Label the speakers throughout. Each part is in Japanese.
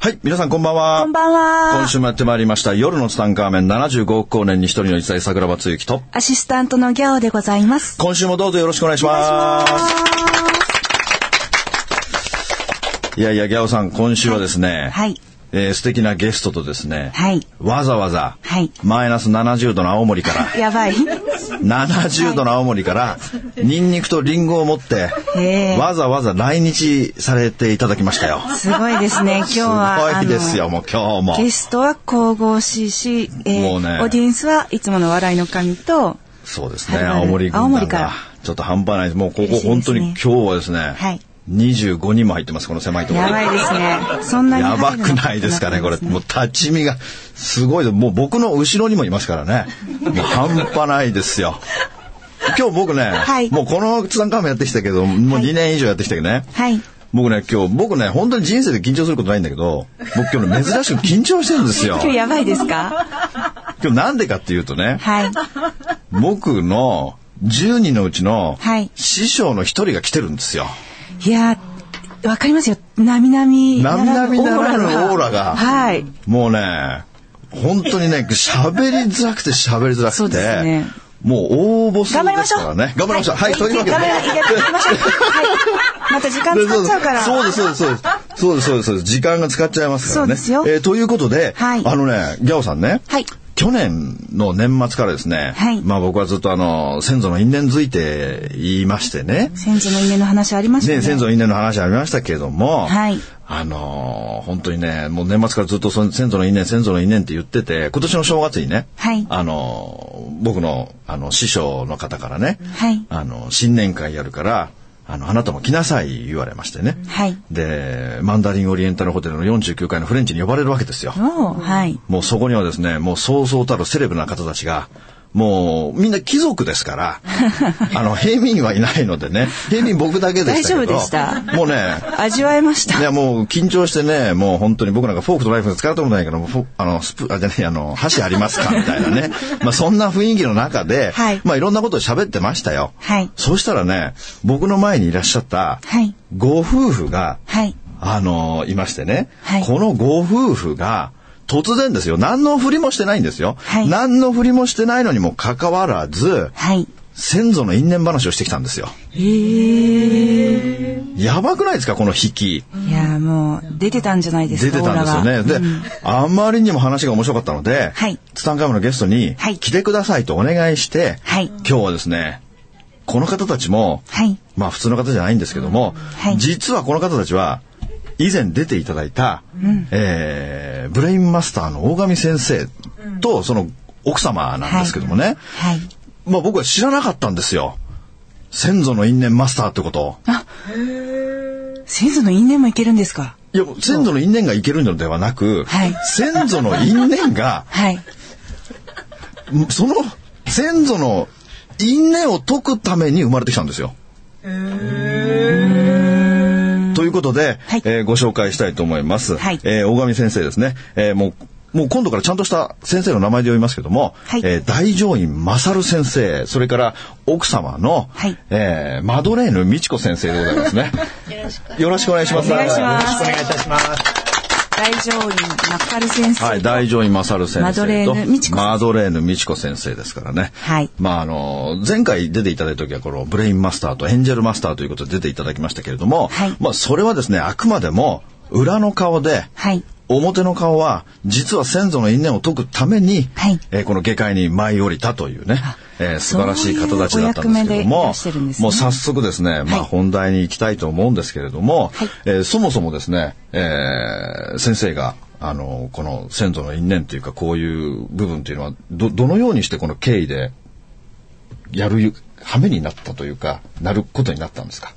Speaker 1: はい、皆さんこんばんは。
Speaker 2: こんばんは。
Speaker 1: 今週もやってまいりました。夜のツタンカーメン75億光年に一人の一歳桜庭つゆきと。
Speaker 2: アシスタントのギャオでございます。
Speaker 1: 今週もどうぞよろしくお願いし
Speaker 2: お願
Speaker 1: ま
Speaker 2: いし
Speaker 1: す。
Speaker 2: ます。
Speaker 1: いやいや、ギャオさん、今週はですね、
Speaker 2: はい。
Speaker 1: えー素敵なゲストとですね、
Speaker 2: はい
Speaker 1: わざわざ、
Speaker 2: はい
Speaker 1: マイナス70度の青森から、
Speaker 2: やばい。
Speaker 1: 70度の青森から、ニンニクとリンゴを持って、
Speaker 2: へー
Speaker 1: わざわざ来日されていただきましたよ。
Speaker 2: すごいですね。今日
Speaker 1: す
Speaker 2: は。
Speaker 1: ごいです
Speaker 2: あ
Speaker 1: よ、
Speaker 2: の
Speaker 1: もう今日も。
Speaker 2: ゲストは神々しいし、えー
Speaker 1: もうね
Speaker 2: オーディエンスはいつもの笑いの神と、
Speaker 1: そうですね、
Speaker 2: はるばる
Speaker 1: 青森軍団が
Speaker 2: 青森から
Speaker 1: ちょっと半端ないです。もうここ
Speaker 2: 嬉しいですね
Speaker 1: 本当に今日はですね、
Speaker 2: はい
Speaker 1: 25人も入ってます、この狭いとこ
Speaker 2: や
Speaker 1: ろに
Speaker 2: ばいですね。そんなに
Speaker 1: やば
Speaker 2: 入るの
Speaker 1: くないですかね、これ。もう立ち見がすごいですもう僕の後ろにもいますからね。もう半端ないですよ。今日僕ね、
Speaker 2: はい
Speaker 1: もうこのツタンカーメンやってきたけど、もう2年以上やってきたけどね。
Speaker 2: はい。
Speaker 1: 僕ね、今日、僕ね、本当に人生で緊張することないんだけど、僕今日ね、珍しく緊張してるんですよ
Speaker 2: 今。日や ばいですか
Speaker 1: 今日なんでかっていうとね、
Speaker 2: はい。
Speaker 1: 僕の10人のうちの
Speaker 2: はい
Speaker 1: 師匠の一人が来てるんですよ。
Speaker 2: いやー、わかりますよ。なみなみ。
Speaker 1: 並々ならぬオーラが
Speaker 2: はい。
Speaker 1: もうね、本当にね、 喋りづらくて喋りづら
Speaker 2: そう
Speaker 1: く
Speaker 2: です
Speaker 1: て、
Speaker 2: ね
Speaker 1: もう応募する
Speaker 2: 頑
Speaker 1: ん
Speaker 2: 張り
Speaker 1: で
Speaker 2: ますしょ
Speaker 1: か
Speaker 2: う。
Speaker 1: らね。頑張りましょう。はい、というわけで。
Speaker 2: 頑張りやっていきましょう。はい。また時間使っちゃうから。
Speaker 1: そうです、そうです、そうです。そうです、そうですそうです。時間が使っちゃいますから
Speaker 2: そ
Speaker 1: ね。
Speaker 2: うですよ
Speaker 1: えーということで、
Speaker 2: はい
Speaker 1: あのね、ギャオさんね、
Speaker 2: はい
Speaker 1: 去年の年末からですね、
Speaker 2: はい
Speaker 1: まあ僕はずっとあの、先祖の因縁づいて言いましてね、
Speaker 2: 先祖の家の話ありました
Speaker 1: ね、先祖因縁の話ありましたけれども、
Speaker 2: はい
Speaker 1: あのー本当にね、もう年末からずっとその先祖の因縁、先祖の因縁って言ってて、今年の正月にね、
Speaker 2: はい
Speaker 1: あのー僕のあの師匠の方からね、
Speaker 2: はい
Speaker 1: あの新年会やるから、あの、あなたも来なさい言われましてね。
Speaker 2: はい
Speaker 1: で、マンダリンオリエンタルホテルの49階のフレンチに呼ばれるわけですよ。
Speaker 2: おーはい。
Speaker 1: もうそこにはですね、もうそうそうたるセレブな方たちが、もうみんな貴族です から、あの、平民はいないのでね、平民僕だけでしたけ
Speaker 2: 大
Speaker 1: ど。
Speaker 2: 丈夫でした
Speaker 1: もうね、
Speaker 2: 味わえました
Speaker 1: い。やもう緊張してね、もう本当に僕なんかフォークとナイフが使うともないから、もうフォーあの、スプーン、あ、じゃねえあの、箸ありますかみたいな ね。まあそんな雰囲気の中で、
Speaker 2: はい
Speaker 1: まあいろんなことを喋ってましたよ。
Speaker 2: はい
Speaker 1: そうしたらね、僕の前にいらっしゃった
Speaker 2: はい、
Speaker 1: ご夫婦が、
Speaker 2: はい。
Speaker 1: あのいましてね、
Speaker 2: はい
Speaker 1: このご夫婦が、突然ですよ。何の振りもしてないんですよ。
Speaker 2: はい
Speaker 1: 何の振りもしてないのにもかかわらず、
Speaker 2: はい。
Speaker 1: 先祖の因縁話をしてきたんですよ。やばくないですかこの引き。
Speaker 2: いやーもう出てたんじゃないです
Speaker 1: 出
Speaker 2: か。
Speaker 1: てたんですよね。で、
Speaker 2: オーラがうん
Speaker 1: あまりにも話が面白かったので、
Speaker 2: はい
Speaker 1: ツタンカーメンのゲストに、
Speaker 2: はい
Speaker 1: 来てくださいとお願いして、
Speaker 2: はい
Speaker 1: 今日はですね、この方たちも、
Speaker 2: はい
Speaker 1: まあ普通の方じゃないんですけども、
Speaker 2: はい
Speaker 1: 実はこの方たちは、以前出ていただいた、えーブレインマスターの大神先生と、その奥様なんですけどもね、
Speaker 2: はい。
Speaker 1: まあ僕は知らなかったんですよ。先祖の因縁マスターってことを。
Speaker 2: 先祖の因縁もいけるんですか。
Speaker 1: いや、先祖の因縁がいけるのではなく、
Speaker 2: はい
Speaker 1: 先祖の因縁が、
Speaker 2: はい。
Speaker 1: その先祖の因縁を解くために生まれてきたんですよ。ということで、
Speaker 2: はい
Speaker 1: えーご紹介したいと思います。
Speaker 2: はい
Speaker 1: えー大神先生ですね。えーもうもう今度からちゃんとした先生の名前で呼びますけども、
Speaker 2: はい
Speaker 1: えー大乗院勝先生、それから奥様の、
Speaker 2: はい
Speaker 1: えーマドレーヌ美智子先生でございま すね。よろしくお願いします。
Speaker 2: お願いします
Speaker 3: お願いいたします。
Speaker 2: 大乗院マッカル先生。
Speaker 1: はい、大乗院勝先生と
Speaker 2: マドレーヌ美智子先生
Speaker 1: マドレーヌ美智子先生ですからね。
Speaker 2: はい
Speaker 1: まああの前回出ていただいた時はこのブレインマスターとエンジェルマスターということで出ていただきましたけれども、
Speaker 2: はい
Speaker 1: まあそれはですねあくまでも裏の顔で。
Speaker 2: はい。
Speaker 1: 表の顔は実は先祖の因縁を解くために、
Speaker 2: はい
Speaker 1: えーこの下界に舞い降りたというね
Speaker 2: あ、
Speaker 1: えー素晴らしい方たちだった
Speaker 2: そういう
Speaker 1: んですけど
Speaker 2: お役目でいら
Speaker 1: も
Speaker 2: っしゃるんですね
Speaker 1: もう早速ですね、まあ、
Speaker 2: はい
Speaker 1: 本題に行きたいと思うんですけれども、
Speaker 2: はい
Speaker 1: えーそもそもですね、えー先生があのこの先祖の因縁というかこういう部分というのはどどのようにしてこの経緯でやる羽目になったというかなることになったんですか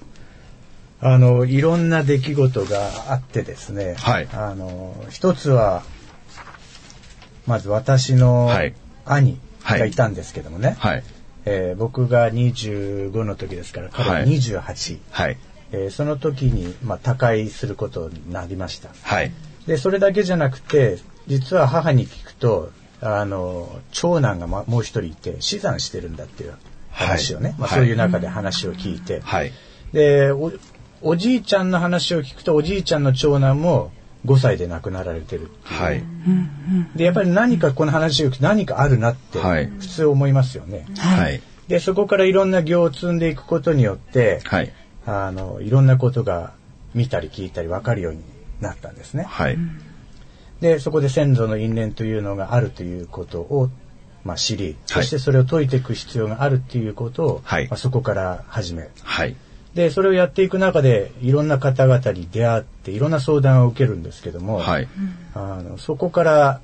Speaker 3: あの、いろんな出来事があってですね。
Speaker 1: はい
Speaker 3: あの、一つは、まず私の
Speaker 1: はい
Speaker 3: 兄
Speaker 1: はい
Speaker 3: がいたんですけどもね、
Speaker 1: はい。
Speaker 3: えー僕が25の時ですから彼
Speaker 1: は
Speaker 3: はい28、
Speaker 1: はい。
Speaker 3: えーその時に、まあ、他界することになりました
Speaker 1: はい。
Speaker 3: でそれだけじゃなくて実は母に聞くとあの長男が、ま、もう一人いて死産してるんだっていう話をね、
Speaker 1: はい
Speaker 3: まあ、
Speaker 1: はい
Speaker 3: そういう中で話を聞いて、
Speaker 1: はい。
Speaker 3: でおおじいちゃんの話を聞くとおじいちゃんの長男も5歳で亡くなられてる
Speaker 1: はい。
Speaker 3: でやっぱり何かこの話を聞くと何かあるなって
Speaker 1: はい
Speaker 3: 普通思いますよね、
Speaker 1: はい。
Speaker 3: でそこからいろんな行を積んでいくことによって、
Speaker 1: はい。
Speaker 3: あのいろんなことが見たり聞いたり分かるようになったんですね
Speaker 1: はい。
Speaker 3: でそこで先祖の因縁というのがあるということを、まあ、知り
Speaker 1: は
Speaker 3: そ
Speaker 1: い
Speaker 3: してそれを解いていく必要があるっていうことを、
Speaker 1: はい
Speaker 3: まあ、そこから始め
Speaker 1: はい。
Speaker 3: でそれをやっていく中でいろんな方々に出会っていろんな相談を受けるんですけども、
Speaker 1: はい。
Speaker 3: あのそこから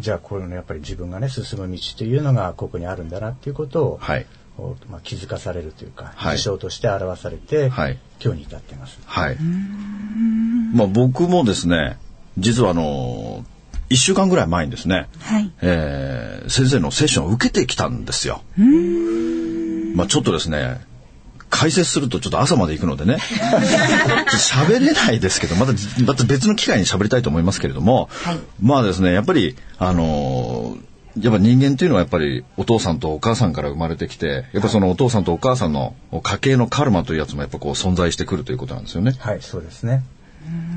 Speaker 3: じゃあこれのやっぱり自分がね進む道というのがここにあるんだなっていうことを、
Speaker 1: はい。
Speaker 3: おまあ、気づかされるというか、
Speaker 1: はい
Speaker 3: 事象として表されて、
Speaker 1: はい
Speaker 3: 今日に至ってます。
Speaker 1: はい。まあ僕もですね、実はあの、一週間ぐらい前にですね、
Speaker 2: はい。
Speaker 1: えー先生のセッションを受けてきたんですよ。まあちょっとですね、解説するとちょっと朝まで行くのでね、ちょっと喋れないですけど、また、また別の機会に喋りたいと思いますけれども、
Speaker 2: はい
Speaker 1: まあですね、やっぱり、あのーやっぱ人間というのはやっぱりお父さんとお母さんから生まれてきて、やっぱそのお父さんとお母さんの家系のカルマというやつもやっぱこう存在してくるということなんですよね。
Speaker 3: はい、そうですね。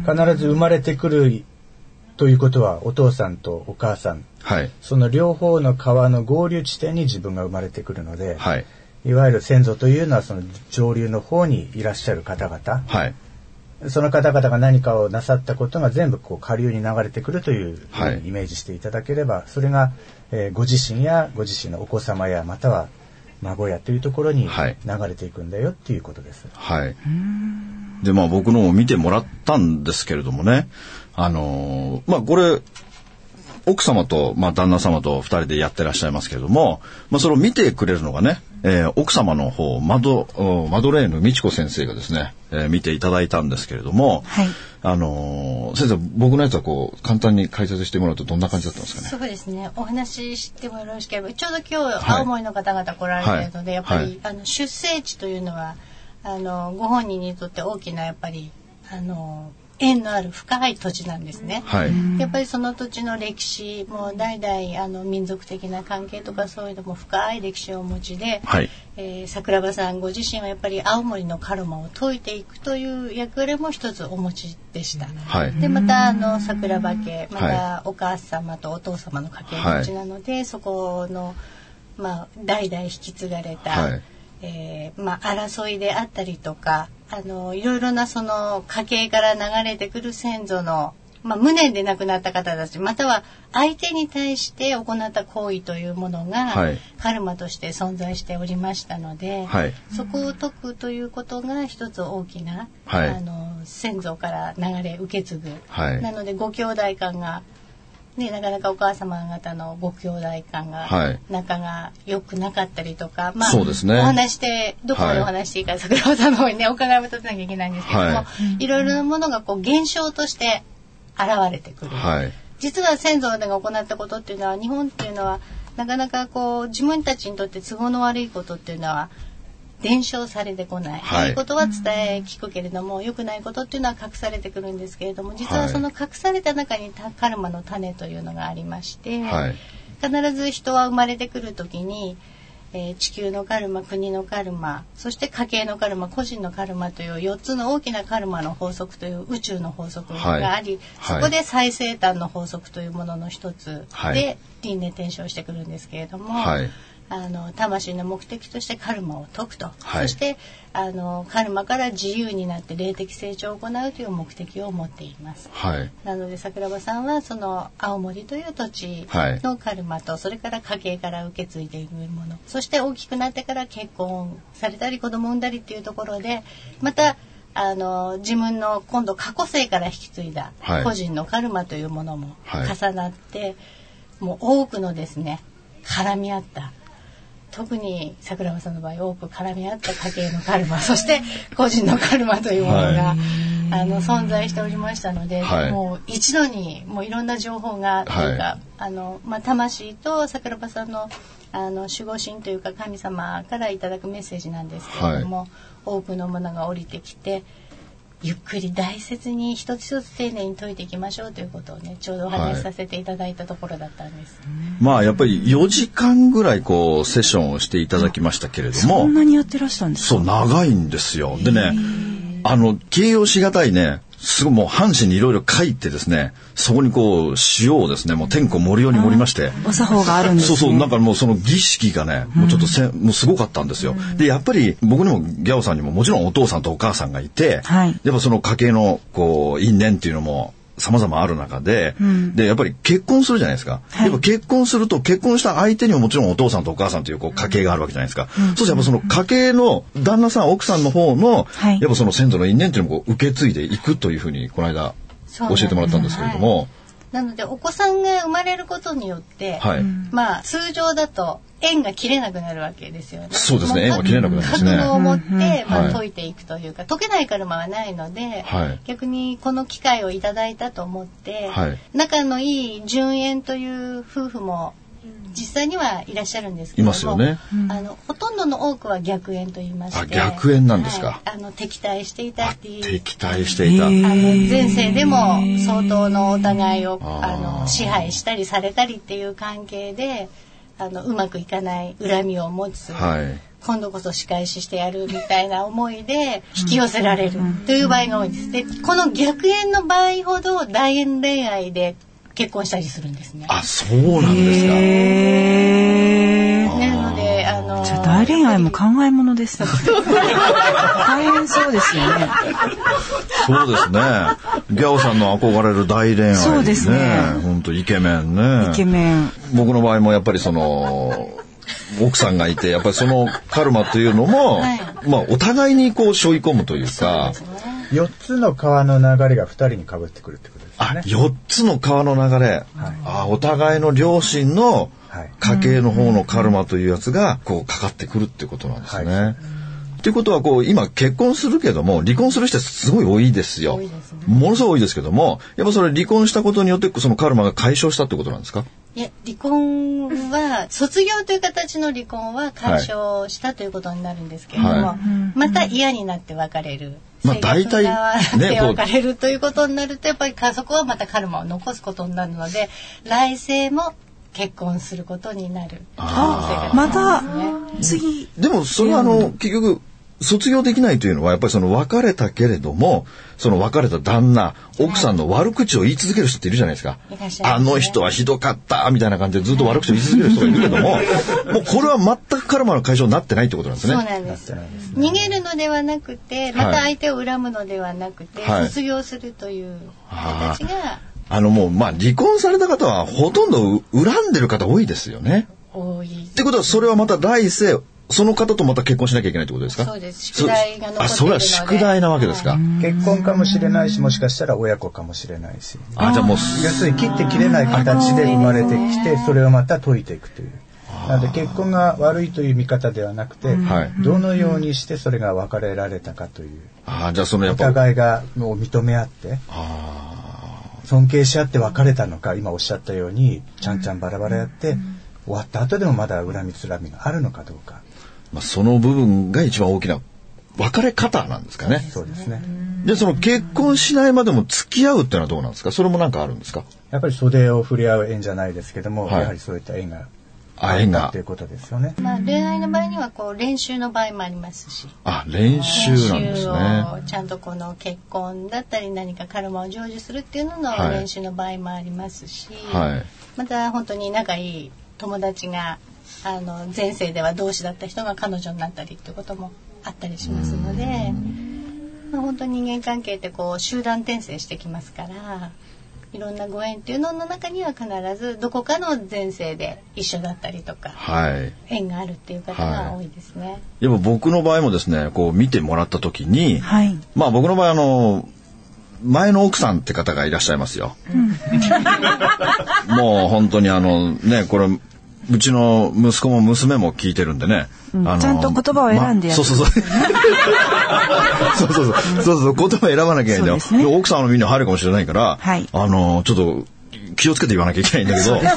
Speaker 3: 必ず生まれてくるということはお父さんとお母さん、
Speaker 1: はい。
Speaker 3: その両方の川の合流地点に自分が生まれてくるので、
Speaker 1: はい。
Speaker 3: いわゆる先祖というのはその上流の方にいらっしゃる方々、
Speaker 1: はい。
Speaker 3: その方々が何かをなさったことが全部こう下流に流れてくるというふ
Speaker 1: はいう
Speaker 3: にイメージしていただければ、それが、えーご自身やご自身のお子様やまたは孫やというところに
Speaker 1: はい
Speaker 3: 流れていくんだよっていうことです。
Speaker 1: はい。で、まあ僕のも見てもらったんですけれどもね、あのーまあこれ、奥様と、まあ旦那様と二人でやってらっしゃいますけれども、まあそれを見てくれるのがね、えー奥様の方、マド、おマドレーヌ美智子先生がですね、えー見ていただいたんですけれども、
Speaker 2: はい
Speaker 1: あのー先生、僕のやつはこう、簡単に解説してもらうとどんな感じだったんですかね。
Speaker 4: そうですね。お話ししてもよろしければ、ちょうど今日、
Speaker 1: はい
Speaker 4: 青森の方々来られてるの
Speaker 1: は
Speaker 4: で、
Speaker 1: い
Speaker 4: やっぱり、
Speaker 1: はい
Speaker 4: あの出生地というのは、あのご本人にとって大きなやっぱりあの縁のある深い土地なんですね。
Speaker 1: はい。
Speaker 4: やっぱりその土地の歴史もう代々あの民族的な関係とかそういうのも深い歴史をお持ちで、
Speaker 1: はい
Speaker 4: えー桜庭さんご自身はやっぱり青森のカルマを解いていくという役割も一つお持ちでした。
Speaker 1: はい。
Speaker 4: でまたあの桜庭家ま
Speaker 1: は
Speaker 4: たお母様とお父様の家系持ちなので、そこの、まあ、代々引き継がれた、
Speaker 1: はい
Speaker 4: えーまあ、争いであったりとかあのいろいろなその家系から流れてくる先祖の、まあ、無念で亡くなった方たちまたは相手に対して行った行為というものが、
Speaker 1: はい
Speaker 4: カルマとして存在しておりましたので、
Speaker 1: はい
Speaker 4: そこを解くということが一つ大きな、
Speaker 1: はい
Speaker 4: あの先祖から流れ受け継ぐ、
Speaker 1: はい
Speaker 4: なのでご兄弟間が、ね、なかなかお母様方のご兄弟間が、
Speaker 1: はい
Speaker 4: 仲が良くなかったりとか、
Speaker 1: そうですね
Speaker 4: お話してどこまでお話していいか、 桜庭さんの方にねお伺いも立てなきゃいけないんですけども、、
Speaker 1: はい
Speaker 4: ろいろなものがこう現象として現れてくる。
Speaker 1: はい。
Speaker 4: 実は先祖が行ったことっていうのは日本っていうのはなかなかこう自分たちにとって都合の悪いことっていうのは伝承されてこない、
Speaker 1: はい
Speaker 4: い、いことは伝え聞くけれども良くないことっていうのは隠されてくるんですけれども実
Speaker 1: は
Speaker 4: はいその隠された中にたカルマの種というのがありまして、
Speaker 1: はい。
Speaker 4: 必ず人は生まれてくる時に、えー地球のカルマ国のカルマそして家計のカルマ個人のカルマという4つの大きなカルマの法則という宇宙の法則があり、
Speaker 1: はい
Speaker 4: そこで最生端の法則というものの一つ
Speaker 1: はい
Speaker 4: で輪廻転生してくるんですけれども、
Speaker 1: はい
Speaker 4: あの魂の目的としてカルマを解くと、
Speaker 1: はい
Speaker 4: そしてあのカルマから自由になって霊的成長を行うという目的を持っています。
Speaker 1: はい。
Speaker 4: なので桜庭さんはその青森という土地
Speaker 1: はい
Speaker 4: のカルマとそれから家系から受け継いでいるものそして大きくなってから結婚されたり子供を産んだりっていうところでまたあの自分の今度過去世から引き継いだ
Speaker 1: はい
Speaker 4: 個人のカルマというものも
Speaker 1: はい
Speaker 4: 重なって、もう多くのですね絡み合った特に桜庭さんの場合多く絡み合った家計のカルマそして個人のカルマというものが、
Speaker 1: はい
Speaker 4: あの存在しておりましたので、
Speaker 1: はい
Speaker 4: もう一度にもういろんな情報
Speaker 1: はい
Speaker 4: が、というかあの、まあ、魂と桜庭さんのあの守護神というか神様からいただくメッセージなんですけれども、多くのものが降りてきてゆっくり大切に一つ一つ丁寧に解いていきましょうということをねちょうどお話しさせていただいたところだったんです。
Speaker 1: まあやっぱり4時間ぐらいこうセッションをしていただきましたけれども
Speaker 5: そんなにやってらしたんですか
Speaker 1: そう、長いんですよ。でね、あの、形容しがたいね、すごいもう半紙にいろいろ書いてですね、そこにこう、塩をですね、もう天候盛るように盛りまして、
Speaker 5: お作法があるんです、
Speaker 1: そ
Speaker 5: ね、
Speaker 1: うそう、なんかもうその儀式がね、もうちょっとせん、もうすごかったんですよ。で、やっぱり僕にもギャオさんにももちろんお父さんとお母さんがいて、
Speaker 5: はい
Speaker 1: やっぱその家計のこう、因縁っていうのも、様々ある中で、で、やっぱり結婚するじゃないですか。やっぱ結婚すると、結婚した相手にももちろんお父さんとお母さんというこう家系があるわけじゃないですか。そうするとやっぱその家系の旦那さん、奥さんの方の、
Speaker 5: はい
Speaker 1: やっぱその先祖の因縁っていうのもこう受け継いでいくというふうに、この間、
Speaker 4: そう
Speaker 1: 教
Speaker 4: なんです
Speaker 1: えてもらったんですけれども、
Speaker 4: なのでお子さんが生まれることによって、
Speaker 1: はい。
Speaker 4: まあ通常だと縁が切れなくなるわけですよね。
Speaker 1: そうですね
Speaker 4: も
Speaker 1: 縁は切れなくなりますね
Speaker 4: 覚悟を持って、
Speaker 1: は
Speaker 4: ま
Speaker 1: い
Speaker 4: あ、解いていくというか、解けないカルマはないので、
Speaker 1: はい
Speaker 4: 逆にこの機会をいただいたと思って、
Speaker 1: はい
Speaker 4: 仲のいい純縁という夫婦も実際にはいらっしゃるんですけ
Speaker 1: い
Speaker 4: ども
Speaker 1: ますよね。
Speaker 4: あのほとんどの多くは逆縁と言いまして
Speaker 1: あ逆縁なんですか
Speaker 4: はいあの敵対していたっていう
Speaker 1: 敵対していた。
Speaker 5: へー
Speaker 4: あの前世でも相当のお互いを
Speaker 1: あー
Speaker 4: あの支配したりされたりっていう関係であのうまくいかない恨みを持つ、
Speaker 1: はい。
Speaker 4: 今度こそ仕返ししてやるみたいな思いで引き寄せられるという場合が多いんです。でこの逆縁の場合ほど大縁恋愛で結婚したりするんですね。
Speaker 1: あ、そうなんですか。
Speaker 5: へー
Speaker 4: なのであの
Speaker 5: じゃあ大恋愛も考えものです ね大変そうですよね
Speaker 1: そうですね。ギャオさんの憧れる大恋愛、ね。
Speaker 5: そうですね
Speaker 1: 本当イケメンね。
Speaker 5: イケメン
Speaker 1: 僕の場合もやっぱりその、奥さんがいて、やっぱりそのカルマというのも、
Speaker 4: はい
Speaker 1: まあお互いにこう背負い込むというか、
Speaker 3: 4つの川の流れが2人にかぶってくるってことです
Speaker 1: あ
Speaker 3: ね、。
Speaker 1: 4つの川の流れ、あお互いの両親の
Speaker 3: はい
Speaker 1: 家計の方のカルマというやつが、こうかかってくるってことなんですね。
Speaker 3: は
Speaker 1: っていうことはこう今結婚するけども離婚する人すごい多いですよ
Speaker 4: 多いですね
Speaker 1: ものすごい多いですけどもやっぱそれ離婚したことによってそのカルマが解消したってことなんですか
Speaker 4: いや離婚は卒業という形の離婚は解消したということになるんですけれども、
Speaker 1: は
Speaker 4: また嫌になって別れる。
Speaker 1: まあ大体ね
Speaker 4: ね、
Speaker 1: こう
Speaker 4: 別れるということになるとやっぱり家族はまたカルマを残すことになるので来世も結婚することになる
Speaker 1: あ
Speaker 5: また次
Speaker 1: でもそれはあの結局卒業できないというのはやっぱりその別れたけれどもその別れた旦那奥さんの悪口を言い続ける人っているじゃないですか
Speaker 4: いらっしゃいますね
Speaker 1: あの人はひどかったみたいな感じでずっと悪口を言い続ける人がいるけ どももうこれは全くカルマの解消になってないってことなんです
Speaker 4: そう
Speaker 1: ね。
Speaker 4: なんです
Speaker 3: なってないです
Speaker 4: 逃げるのではなくてまた相手を恨むのではなくて、
Speaker 1: はい
Speaker 4: 卒業するという形が
Speaker 1: あのもうまあ離婚された方はほとんど恨んでる方多いですよね。
Speaker 4: 多い
Speaker 1: ってことはそれはまた来世その方とまた結婚しなきゃいけないってことですか
Speaker 4: そうです宿題が残っているので
Speaker 1: あそれは宿題なわけですか、
Speaker 3: 結婚かもしれないし、もしかしたら親子かもしれないし。
Speaker 1: あじゃあもう
Speaker 3: 要するに切って切れない形で生まれてきて、それをまた解いていくという。なので結婚が悪いという見方ではなくて、
Speaker 1: はい
Speaker 3: どのようにしてそれが別れられたかという。
Speaker 1: あじゃあそのや
Speaker 3: お
Speaker 1: っぱ
Speaker 3: 互いがもう認め合って、尊敬し合って別れたのか、今おっしゃったように、ちゃんちゃんバラバラやって、終わった後でもまだ恨みつらみがあるのかどうか。
Speaker 1: まあ、その部分が一番大きな別れ方なんですかね。
Speaker 3: そうですね。
Speaker 1: で、その結婚しないまでも付き合うってのはどうなんですかそれもなんかあるんですか
Speaker 3: やっぱり袖を振り合う縁じゃないですけども、
Speaker 1: はい
Speaker 3: やはりそういった縁が
Speaker 1: あ、縁が
Speaker 3: という。ことですよね。
Speaker 4: まあ、恋愛の場合にはこう練習の場合もありますし
Speaker 1: あ、練習なんですね。
Speaker 4: 練習をちゃんとこの結婚だったり何かカルマを成就するっていうのの
Speaker 1: はい
Speaker 4: 練習の場合もありますし、
Speaker 1: はい。
Speaker 4: また本当に仲いい友達があの前世では同志だった人が彼女になったりっていうこともあったりしますので、まあ、本当に人間関係ってこう集団転生してきますから。いろんなご縁っていうのの中には必ずどこかの前世で一緒だったりとか
Speaker 1: はい。
Speaker 4: 縁があるっていう方が多いですね。
Speaker 1: やっぱ僕の場合もですね、こう見てもらった時に、
Speaker 5: はい
Speaker 1: まあ僕の場合あの、前の奥さんって方がいらっしゃいますよ。もう本当にあの、ね、これ、うちの息子も娘も聞いてるんでね。あの
Speaker 5: ちゃんと言葉を選んでやる
Speaker 1: まそうそう そう。そうそうそう。そうそうそう。言葉選ばなきゃいけないんだよ。
Speaker 5: そうですね
Speaker 1: で奥さんの耳に入るかもしれないから、
Speaker 5: はい
Speaker 1: あの、 ちょっと気をつけて言わなきゃいけないんだけど、
Speaker 5: ね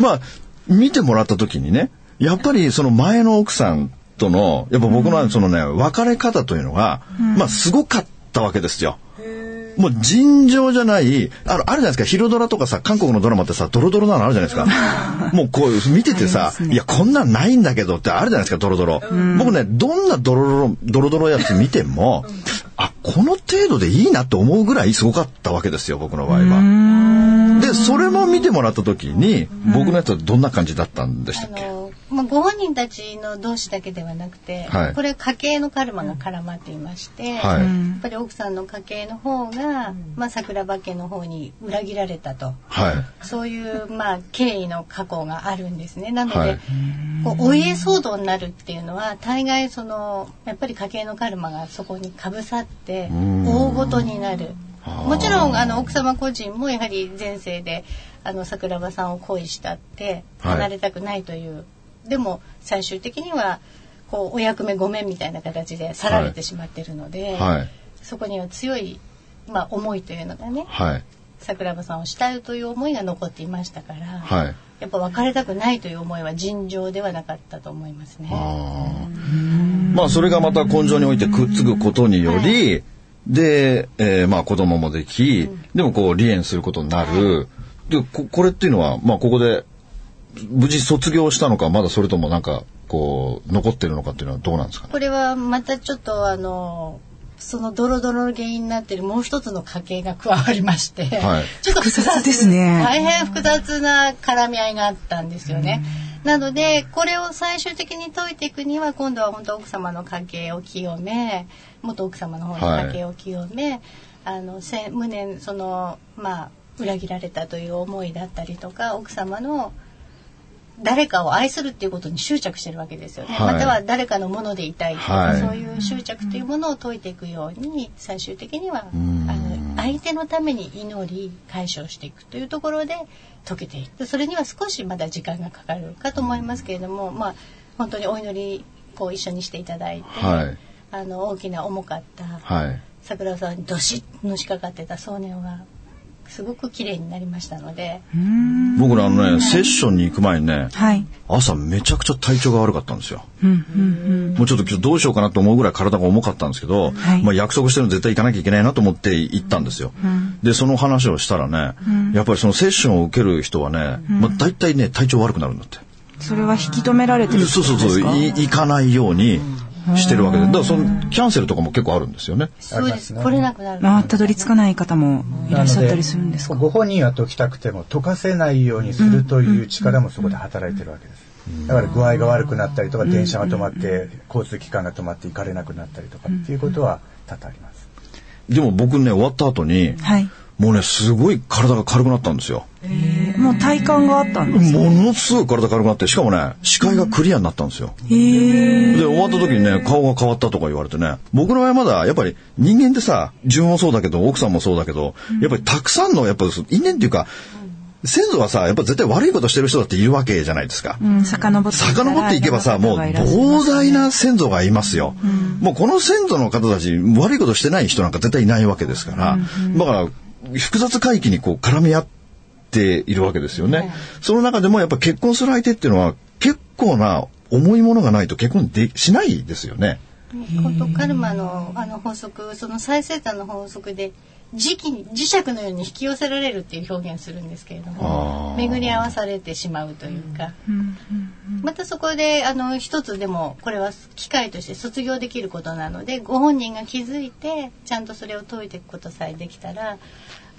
Speaker 1: まあ、見てもらった時にね、やっぱりその前の奥さんとの、やっぱ僕のそのね、別れ方というのが、まあすごかったわけですよ。もう尋常じゃない、あるあるじゃないですか、ヒロドラとかさ、韓国のドラマってさ、ドロドロなのあるじゃないですか。もうこう見ててさ、いや、こんなんないんだけどってあるじゃないですか、ドロドロ。僕ね、どんなドロドロ、ドロドロやつ見ても、あ、この程度でいいなって思うぐらいすごかったわけですよ、僕の場合は。で、それも見てもらった時に、僕のやつはどんな感じだったんでしたっ
Speaker 4: あ
Speaker 1: け
Speaker 4: のまあ、ご本人たちの同士だけではなくて、
Speaker 1: はい
Speaker 4: これ家計のカルマが絡まっていまして、
Speaker 1: はい
Speaker 4: やっぱり奥さんの家計の方が、まあ、桜庭家の方に裏切られたと
Speaker 1: はい。
Speaker 4: そういう、まあ、経緯の過去があるんですねなので、
Speaker 1: はい
Speaker 4: こうお家騒動になるっていうのは大概そのやっぱり家計のカルマがそこにかぶさって
Speaker 1: ん
Speaker 4: 大ごとになるもちろんあの奥様個人もやはり前世であの桜庭さんを恋したって
Speaker 1: はい
Speaker 4: 離れたくないという、でも最終的にはこうお役目ごめんみたいな形で去られてしまってるので、
Speaker 1: はい。
Speaker 4: そこには強い、まあ、思いというのがね
Speaker 1: はい。
Speaker 4: 桜庭さんを慕うという思いが残っていましたから。
Speaker 1: はい。
Speaker 4: やっぱ別れたくないという思いは尋常ではなかったと思いますね。
Speaker 1: あーまあそれがまた根性においてくっつくことにより、で、えーまあ子供もでき、でもこう離縁することになる、でここれっていうのはまあここで無事卒業したのかまだそれともなんかこう残ってるのかっていうのはどうなんですかね
Speaker 4: これはまたちょっとあのそのドロドロの原因になっているもう一つの家系が加わりまして、
Speaker 1: はい
Speaker 4: ちょっと複
Speaker 5: 複雑ですね
Speaker 4: 大変複雑な絡み合いがあったんですよね。なのでこれを最終的に解いていくには今度は本当奥様の家系を清め元奥様の方の家系を清め、あのせ無念そのまあ裏切られたという思いだったりとか奥様の誰かを愛するっていうことに執着してるわけですよね、
Speaker 1: はい
Speaker 4: または誰かのものでいたいとか、
Speaker 1: はい
Speaker 4: そういう執着というものを解いていくように最終的にはあ
Speaker 1: ん
Speaker 4: の相手のために祈り解消していくというところで解けていくそれには少しまだ時間がかかるかと思いますけれども、まあ、本当にお祈りこう一緒にしていただいて、
Speaker 1: はい
Speaker 4: あの大きな重かった
Speaker 1: はい
Speaker 4: 桜さんにどしっとのしかかってた想念がすごく綺麗になりましたので。
Speaker 1: 僕らあのねセッションに行く前にね
Speaker 5: はい。
Speaker 1: 朝めちゃくちゃ体調が悪かったんですよ
Speaker 5: うん、うん、
Speaker 1: もうちょっと今日どうしようかなと思うぐらい体が重かったんですけど、
Speaker 5: はい
Speaker 1: まあ約束してるの絶対行かなきゃいけないなと思って行ったんですよ。で、その話をしたらね、やっぱりそのセッションを受ける人はね、まあ大体ね、体調悪くなるんだって。
Speaker 5: うん。それは引き止められてるって
Speaker 1: そう
Speaker 5: こと
Speaker 1: そ
Speaker 5: で
Speaker 1: う
Speaker 5: すか
Speaker 1: そう、い行かないようにしてるわけで。だからそのキャンセルとかも結構あるんですよね。
Speaker 4: そうです。
Speaker 3: ありますね
Speaker 4: 来れなくなる。
Speaker 5: まあ、たどり着かない方もいらっしゃったりするんですか
Speaker 3: ご本人は解きたくても解かせないようにするという力もそこで働いてるわけです。だから具合が悪くなったりとか、電車が止まって、交通機関が止まって行かれなくなったりとかっていうことは多々あります。
Speaker 1: でも僕ね、終わった後に、
Speaker 5: はい。
Speaker 1: もうね、すごい体が軽くなったんですよ。
Speaker 5: えーもう体感があったんですか
Speaker 1: ものすごい体軽くなって、しかもね、視界がクリアになったんですよ。
Speaker 5: ええ
Speaker 1: で、終わった時にね、顔が変わったとか言われてね、僕の場合まだ、やっぱり人間ってさ、自分もそうだけど、奥さんもそうだけど、やっぱりたくさんの、やっぱり因縁っていうか、先祖はさ、やっぱ絶対悪いことしてる人だっているわけじゃないですか。
Speaker 5: うん、遡っていったら
Speaker 1: 遡っていけばさ、
Speaker 5: いろ
Speaker 1: も
Speaker 5: ん
Speaker 1: う
Speaker 5: な方がいらっしゃいま
Speaker 1: 膨
Speaker 5: す
Speaker 1: 大な先祖がいますよ。もうこの先祖の方たち、悪いことしてない人なんか絶対いないわけですから、だから、複雑回帰にこう絡み合っているわけですよね。その中でもやっぱ結婚する相手っていうのは、結構な重いものがないと結婚でしないですよね。
Speaker 4: 本当カルマのあの法則、その最先端の法則で磁気に磁石のように引き寄せられるっていう表現するんですけれども、
Speaker 1: あー
Speaker 4: 巡り合わされてしまうというか、またそこであの一つでもこれは機会として卒業できることなので、ご本人が気づいてちゃんとそれを解いていくことさえできたら。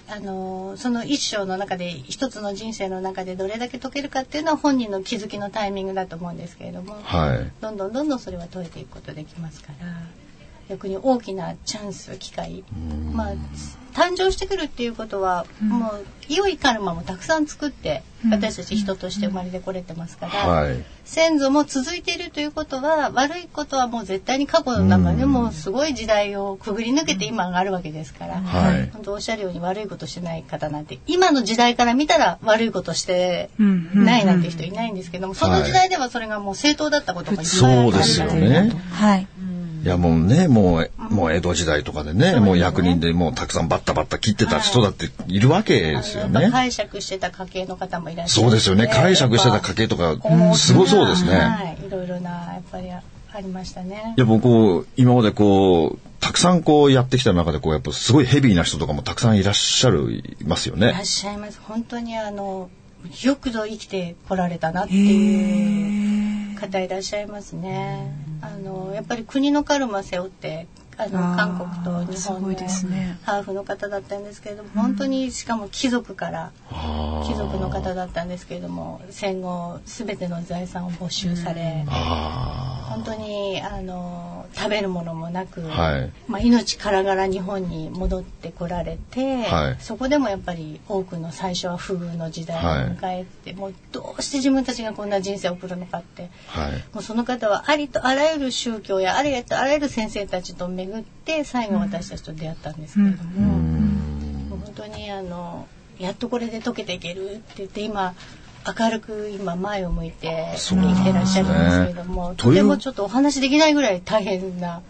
Speaker 4: あのその一生の中で一つの人生の中でどれだけ解けるかっていうのは本人の気づきのタイミングだと思うんですけれども、
Speaker 1: はい。
Speaker 4: どんどんどんどんそれは解いていくことできますから逆に大きなチャンス機会まあ誕生してくるっていうことは、もう良いカルマもたくさん作って私たち人として生まれてこれてますから、
Speaker 1: はい。
Speaker 4: 先祖も続いているということは悪いことはもう絶対に過去の中でもうすごい時代をくぐり抜けて今があるわけですから、
Speaker 1: はい
Speaker 4: 本当おっしゃるように悪いことしてない方なんて今の時代から見たら悪いことしてないなんて人いないんですけども、その時代ではそれがもう正当だったことがいっぱいあ
Speaker 1: そ
Speaker 4: る
Speaker 1: うですよね。
Speaker 5: はい。
Speaker 1: いやもうね、もう、もう江戸時代とかでね、もう役人でもうたくさんバッタバッタ切ってた人だっているわけですよ
Speaker 4: あのや
Speaker 1: ね
Speaker 4: っぱ。解釈してた家系の方もいらっしゃる
Speaker 1: そうですよね。解釈してた家系とか、すごそうですね。
Speaker 4: はい、いろいろなやっぱりありましたね
Speaker 1: やっぱこう、今までこう、たくさんこうやってきた中で、こう、やっぱすごいヘビーな人とかもたくさんいらっしゃる、いますよ
Speaker 4: いらっ
Speaker 1: ね。
Speaker 4: しゃいます本当にあのよくぞ生きてこられたなっていう方いらっしゃいますねあのやっぱり国のカルマ背負ってあの
Speaker 5: あー
Speaker 4: 韓国と日
Speaker 5: す
Speaker 4: 本の
Speaker 5: ごいですね
Speaker 4: ハーフの方だったんですけれども本当にしかも貴族から
Speaker 1: あ
Speaker 4: 貴族の方だったんですけれども戦後全ての財産を没収され、
Speaker 1: あ
Speaker 4: 本当にあの食べるものもなく、
Speaker 1: はい
Speaker 4: まあ、命からがら日本に戻ってこられて、
Speaker 1: はい
Speaker 4: そこでもやっぱり多くの最初は不遇の時代を迎えて、もうどうして自分たちがこんな人生を送るのかって
Speaker 1: ー。はい。
Speaker 4: もうその方はありとあらゆる宗教やありとあらゆる先生たちと巡って最後私たちと出会ったんですけれども、もう本当にあのやっとこれで解けていけるって言って今明るく今前を向いて
Speaker 1: そ
Speaker 4: 生
Speaker 1: うなんですね
Speaker 4: きてらっしゃるんですけれども、
Speaker 1: とい
Speaker 4: と
Speaker 1: う
Speaker 4: てもちょっとお話できないぐらい大変な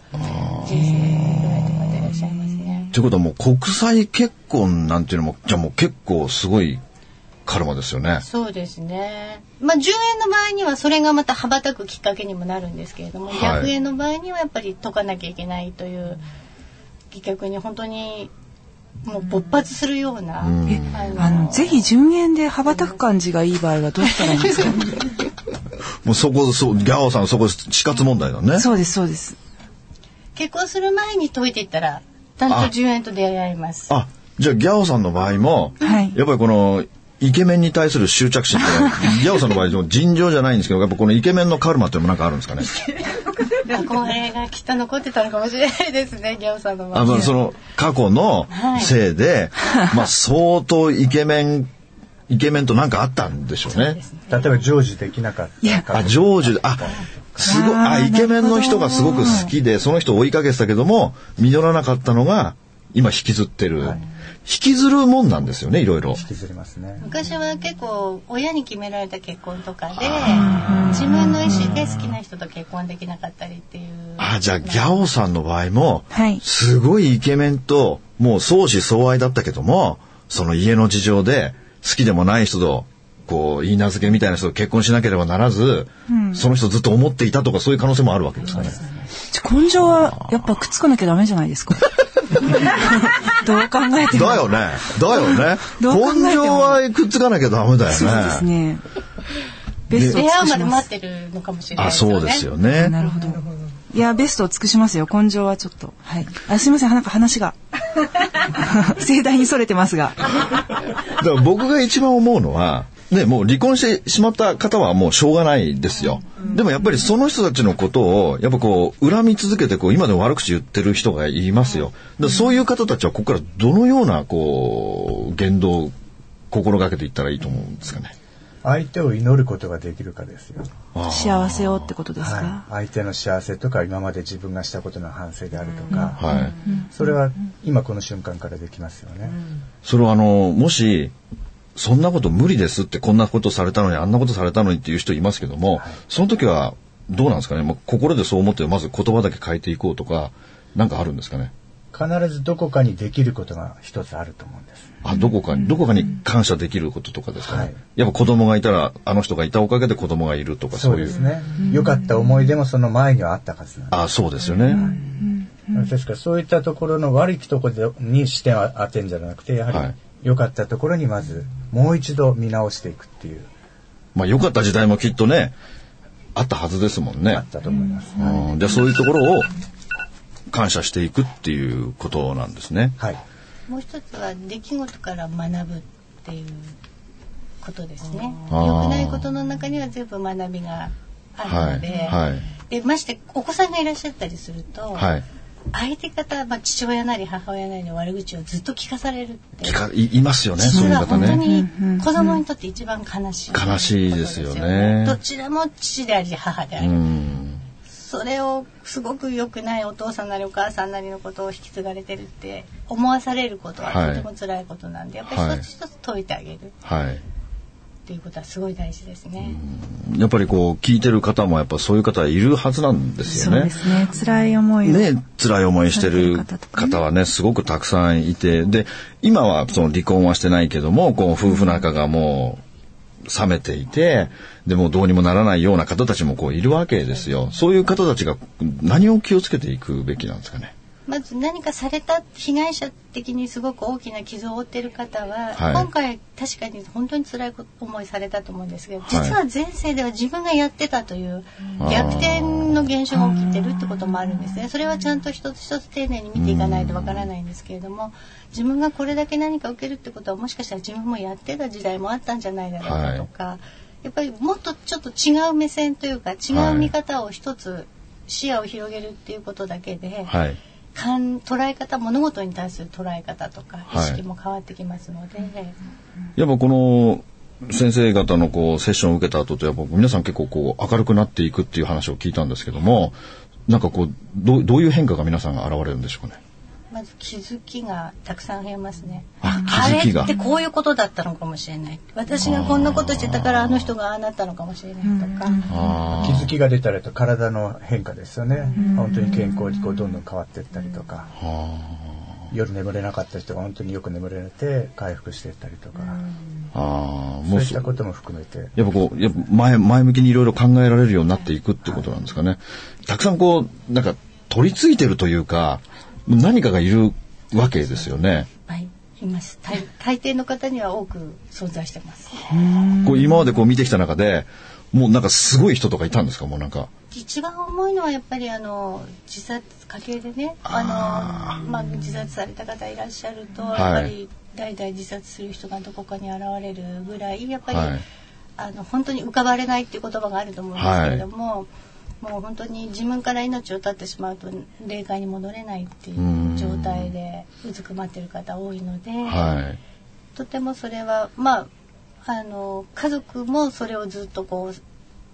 Speaker 4: 人生ぐらいとかでいらっしゃいますね。
Speaker 1: ということはもう国際結婚なんていうのも、じゃあもう結構すごいカルマですよね。
Speaker 4: そうですね。まあ、10円の場合にはそれがまた羽ばたくきっかけにもなるんですけれども、
Speaker 1: はい
Speaker 4: 100円の場合にはやっぱり解かなきゃいけないという、逆に本当にもう勃発するような、
Speaker 1: ん
Speaker 5: あの、ぜひ順延で羽ばたく感じがいい場合はどうしたらいいん ですか
Speaker 1: もうそこ、そう、ギャオさんそこ死活問題だね。
Speaker 5: そうです、そうです。
Speaker 4: 結婚する前に解いていったら、ちゃんと10円と出会います。
Speaker 1: あ、じゃあギャオさんの場合も、
Speaker 5: はい
Speaker 1: やっぱりこの、イケメンに対する執着心っていうのは、ギャオさんの場合、尋常じゃないんですけど、やっぱこのイケメンのカルマっていうのもなんかあるんですかね。
Speaker 4: 憧れがきっと残ってたのかもしれないですね、 ギャオさんの場合
Speaker 1: あまあ、その過去のせいで、まあ相当イケメンイケメンとなんかあったんでしょうね。
Speaker 3: 例えば成就できなかったか
Speaker 1: あ成就であすごいあ
Speaker 5: あー
Speaker 1: イケメンの人がすごく好きでその人を追いかけてたけども実らなかったのが今引きずってる、引きずるもんなんですよねいろいろ。
Speaker 3: 引きずりますね。
Speaker 4: 昔は結構親に決められた結婚とかで自分の意思で好きな人と結婚できなかったりっていう
Speaker 1: あじゃあギャオさんの場合も、
Speaker 5: はい
Speaker 1: すごいイケメンともう相思相愛だったけどもその家の事情で好きでもない人とこう言い名付けみたいな人と結婚しなければならず、その人ずっと思っていたとかそういう可能性もあるわけですね。
Speaker 5: ちょ根性はやっぱくっつかなきゃダメじゃないですか。 どう考えても。
Speaker 1: だよね。だよね。
Speaker 5: どう考えても
Speaker 1: 根性はくっつかなきゃダメだよね。
Speaker 5: そうですね。ベストを
Speaker 4: 出
Speaker 5: 尽
Speaker 4: 会
Speaker 5: く
Speaker 4: うま
Speaker 5: し
Speaker 4: で
Speaker 5: ま
Speaker 4: 待っ
Speaker 5: す。
Speaker 4: てるのかもしれない
Speaker 1: あ、そうですよね。
Speaker 5: なるほど。いや、ベストを尽くしますよ。根性はちょっと。はい。あ、すいません。なんか話 が。盛大に逸れてますが。
Speaker 1: だから僕が一番思うのは、ね、もう離婚してしまった方はもうしょうがないですよ。でもやっぱりその人たちのことを、やっぱこう、恨み続けて、こう、今でも悪口言ってる人がいますよ。だからそういう方たちは、ここからどのような、こう、言動を心がけていったらいいと思うんですかね。
Speaker 3: 相手を祈ることができるかですよ。
Speaker 5: 幸せをってことですか、
Speaker 3: はい、相手の幸せとか今まで自分がしたことの反省であるとか、
Speaker 1: はい。
Speaker 3: それは今この瞬間からできますよね、
Speaker 1: それはあの、もし、そんなこと無理ですって、こんなことされたのに、あんなことされたのにっていう人いますけども、その時は、どうなんですかね。もう心でそう思って、まず言葉だけ変えていこうとか、なんかあるんですかね。
Speaker 3: 必ずどこかにできることが一つあると思うんです
Speaker 1: あどこかに、どこかに感謝できることとかですかね。
Speaker 3: はい
Speaker 1: やっぱ子供がいたら、あの人がいたおかげで子供がいるとか、
Speaker 3: そ
Speaker 1: そう
Speaker 3: う
Speaker 1: い
Speaker 3: で
Speaker 1: う。
Speaker 3: すね良かった思い出もその前にはあったはずなんで
Speaker 1: あそうですよね。
Speaker 3: すですからそういったところの悪いところに視点を当てんじゃなくてや
Speaker 1: は
Speaker 3: はいり良かったところにまずもう一度見直していくっていう
Speaker 1: まあ良かった時代もきっとね、あったはずですもんね。
Speaker 3: あったと思います、
Speaker 1: うんじゃあそういうところを感謝していくっていうことなんですね。
Speaker 3: はい
Speaker 4: もう一つは出来事から学ぶっていうことですね
Speaker 1: あー
Speaker 4: 良くないことの中には全部学びがあるので,、
Speaker 1: はいはい
Speaker 4: でましてお子さんがいらっしゃったりすると、
Speaker 1: はい。
Speaker 4: 相手方、まあ、父親なり母親なりの悪口をずっと聞かされるって
Speaker 1: 聞かいいますよね、そうい
Speaker 4: 実
Speaker 1: う
Speaker 4: は
Speaker 1: 方
Speaker 4: 本当
Speaker 1: ね。
Speaker 4: に子供にとって一番悲しい
Speaker 1: 悲しいですよね
Speaker 4: どちらも父であり母であ
Speaker 1: う
Speaker 4: り、
Speaker 1: ん。
Speaker 4: それをすごく良くないお父さんなりお母さんなりのことを引き継がれてるって思わされることは
Speaker 1: はい
Speaker 4: とても辛いことなんで、やっぱ
Speaker 1: は
Speaker 4: り
Speaker 1: い
Speaker 4: 一つ一つ解いてあげるっ
Speaker 1: はい。
Speaker 4: てっていうことはすごい大事ですね。
Speaker 1: やっぱりこう聞いてる方もやっぱそういう方いるはずなんですよ
Speaker 5: そう
Speaker 1: ね。
Speaker 5: ですね。辛い思いを。
Speaker 1: ね、辛い思いしてる方はね、すごくたくさんいて、で、今はその離婚はしてないけども、こう夫婦仲がもう冷めていて、でもうどうにもならないような方たちもこういるわけですよ。そういう方たちが何を気をつけていくべきなんですかね。
Speaker 4: まず何かされた被害者的にすごく大きな傷を負っている方は、
Speaker 1: はい
Speaker 4: 今回確かに本当に辛い思いされたと思うんですけど、
Speaker 1: い
Speaker 4: 実は前世では自分がやってたという
Speaker 1: うん
Speaker 4: 逆転の現象が起きてるってこともあるんですね。それはちゃんと一つ一つ丁寧に見ていかないとわからないんですけれども、自分がこれだけ何か受けるってことはもしかしたら自分もやってた時代もあったんじゃないだろうかとか、やっぱりもっとちょっと違う目線というか違う見方を一つ視野を広げるっていうことだけで、
Speaker 1: はい。
Speaker 4: 感捉え方物事に対する捉え方とか意
Speaker 1: はい
Speaker 4: 識も変わってきますので、
Speaker 1: やっぱこの先生方のこうセッションを受けた後とやっぱ皆さん結構こう明るくなっていくっていう話を聞いたんですけども、なんかこう、どうどういう変化が皆さんが現れるんでしょうかね。
Speaker 4: まず気づきがたくさん増えますね。
Speaker 1: あ、
Speaker 4: あ
Speaker 1: 気づ
Speaker 4: れ
Speaker 1: きが。
Speaker 4: ってこういうことだったのかもしれない私がこんなことしてたからあの人がああなったのかもしれないとか、
Speaker 1: あー
Speaker 3: 気づきが出たりと体の変化ですよね本当に健康にこうどんどん変わっていったりとか夜眠れなかった人が本当によく眠れて回復していったりとか
Speaker 1: ああ、
Speaker 3: そ
Speaker 1: も
Speaker 3: う
Speaker 1: う
Speaker 3: いっ
Speaker 1: そ
Speaker 3: た
Speaker 1: やっ
Speaker 3: ことも含めて
Speaker 1: ぱこう、やっぱ前、前向きにいろいろ考えられるようになっていくってことなんですかね。たくさんこう、なんか取り付いてるというか、何かがいるわけですよね。
Speaker 4: はいいます大大抵の方には多く存在してます
Speaker 1: こう今までこう見てきた中で、もうなんかすごい人とかいたんですかもうなんか。
Speaker 4: 一番重いのはやっぱりあの自殺家系でねあのまあ、自殺された方いらっしゃると、
Speaker 1: はい
Speaker 4: やっぱり代々自殺する人がどこかに現れるぐらいやっぱり、
Speaker 1: はい
Speaker 4: あの本当に浮かばれないっていう言葉があると思うんですけれども、もう本当に自分から命を絶ってしまうと霊界に戻れないっていう状態でうずくまってる方多いので。
Speaker 1: はい。
Speaker 4: とてもそれはまああの家族もそれをずっとこう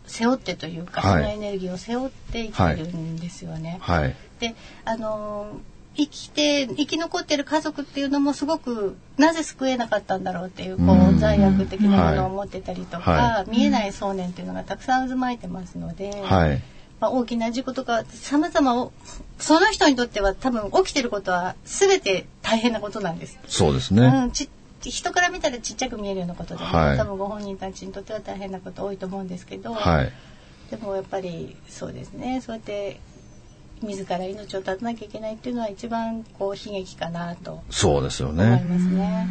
Speaker 4: 背負ってというか、
Speaker 1: はい
Speaker 4: そのエネルギーを背負って生きてるんですよね。
Speaker 1: はい。
Speaker 4: であの生きて生き残ってる家族っていうのもすごくなぜ救えなかったんだろうっていうこ
Speaker 1: う
Speaker 4: うん罪悪的なものを持ってたりとか、
Speaker 1: は
Speaker 4: 見えない想念っていうのがたくさん渦巻いてますので、
Speaker 1: はい。
Speaker 4: まあ、大きな事故とか様々をその人にとっては多分起きてることは全て大変なことなんです。
Speaker 1: そうです
Speaker 4: う
Speaker 1: ね。
Speaker 4: ん、ち人から見たらちっちゃく見えるようなことで、
Speaker 1: はい
Speaker 4: 多分ご本人たちにとっては大変なこと多いと思うんですけど、
Speaker 1: はい。
Speaker 4: でもやっぱりそうですねそうやって自ら命を絶たなきゃいけないっていうのは一番こう悲劇かなと
Speaker 1: そうですよ
Speaker 4: 思い
Speaker 1: ね。
Speaker 4: ますね。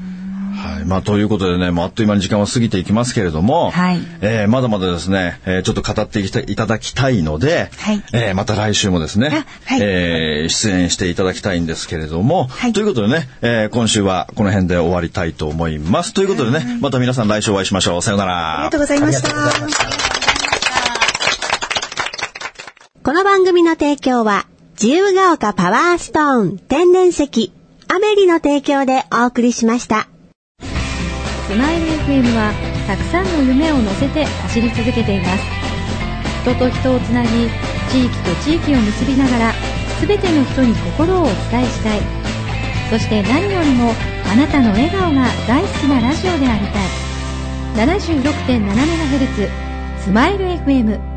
Speaker 1: はい。まあ、ということでね、もうあっという間に時間は過ぎていきますけれども、
Speaker 2: はい
Speaker 1: えーまだまだですね、えーちょっと語ってきていただきたいので、
Speaker 2: はい
Speaker 1: えーまた来週もですね、
Speaker 2: あはい
Speaker 1: えー出演していただきたいんですけれども、
Speaker 2: はい
Speaker 1: ということでね、えー今週はこの辺で終わりたいと思います。ということでね、また皆さん来週お会いしましょう。さような
Speaker 2: ありが
Speaker 1: ら
Speaker 2: と。うございまし
Speaker 3: ありがとうございました
Speaker 2: た。
Speaker 6: この番組の提供は、自由が丘パワーストーン天然石、アメリの提供でお送りしました。
Speaker 7: スマイル FM はたくさんの夢を乗せて走り続けています人と人をつなぎ地域と地域を結びながら全ての人に心をお伝えしたいそして何よりもあなたの笑顔が大好きなラジオでありたい 76.7MHz スマイル FM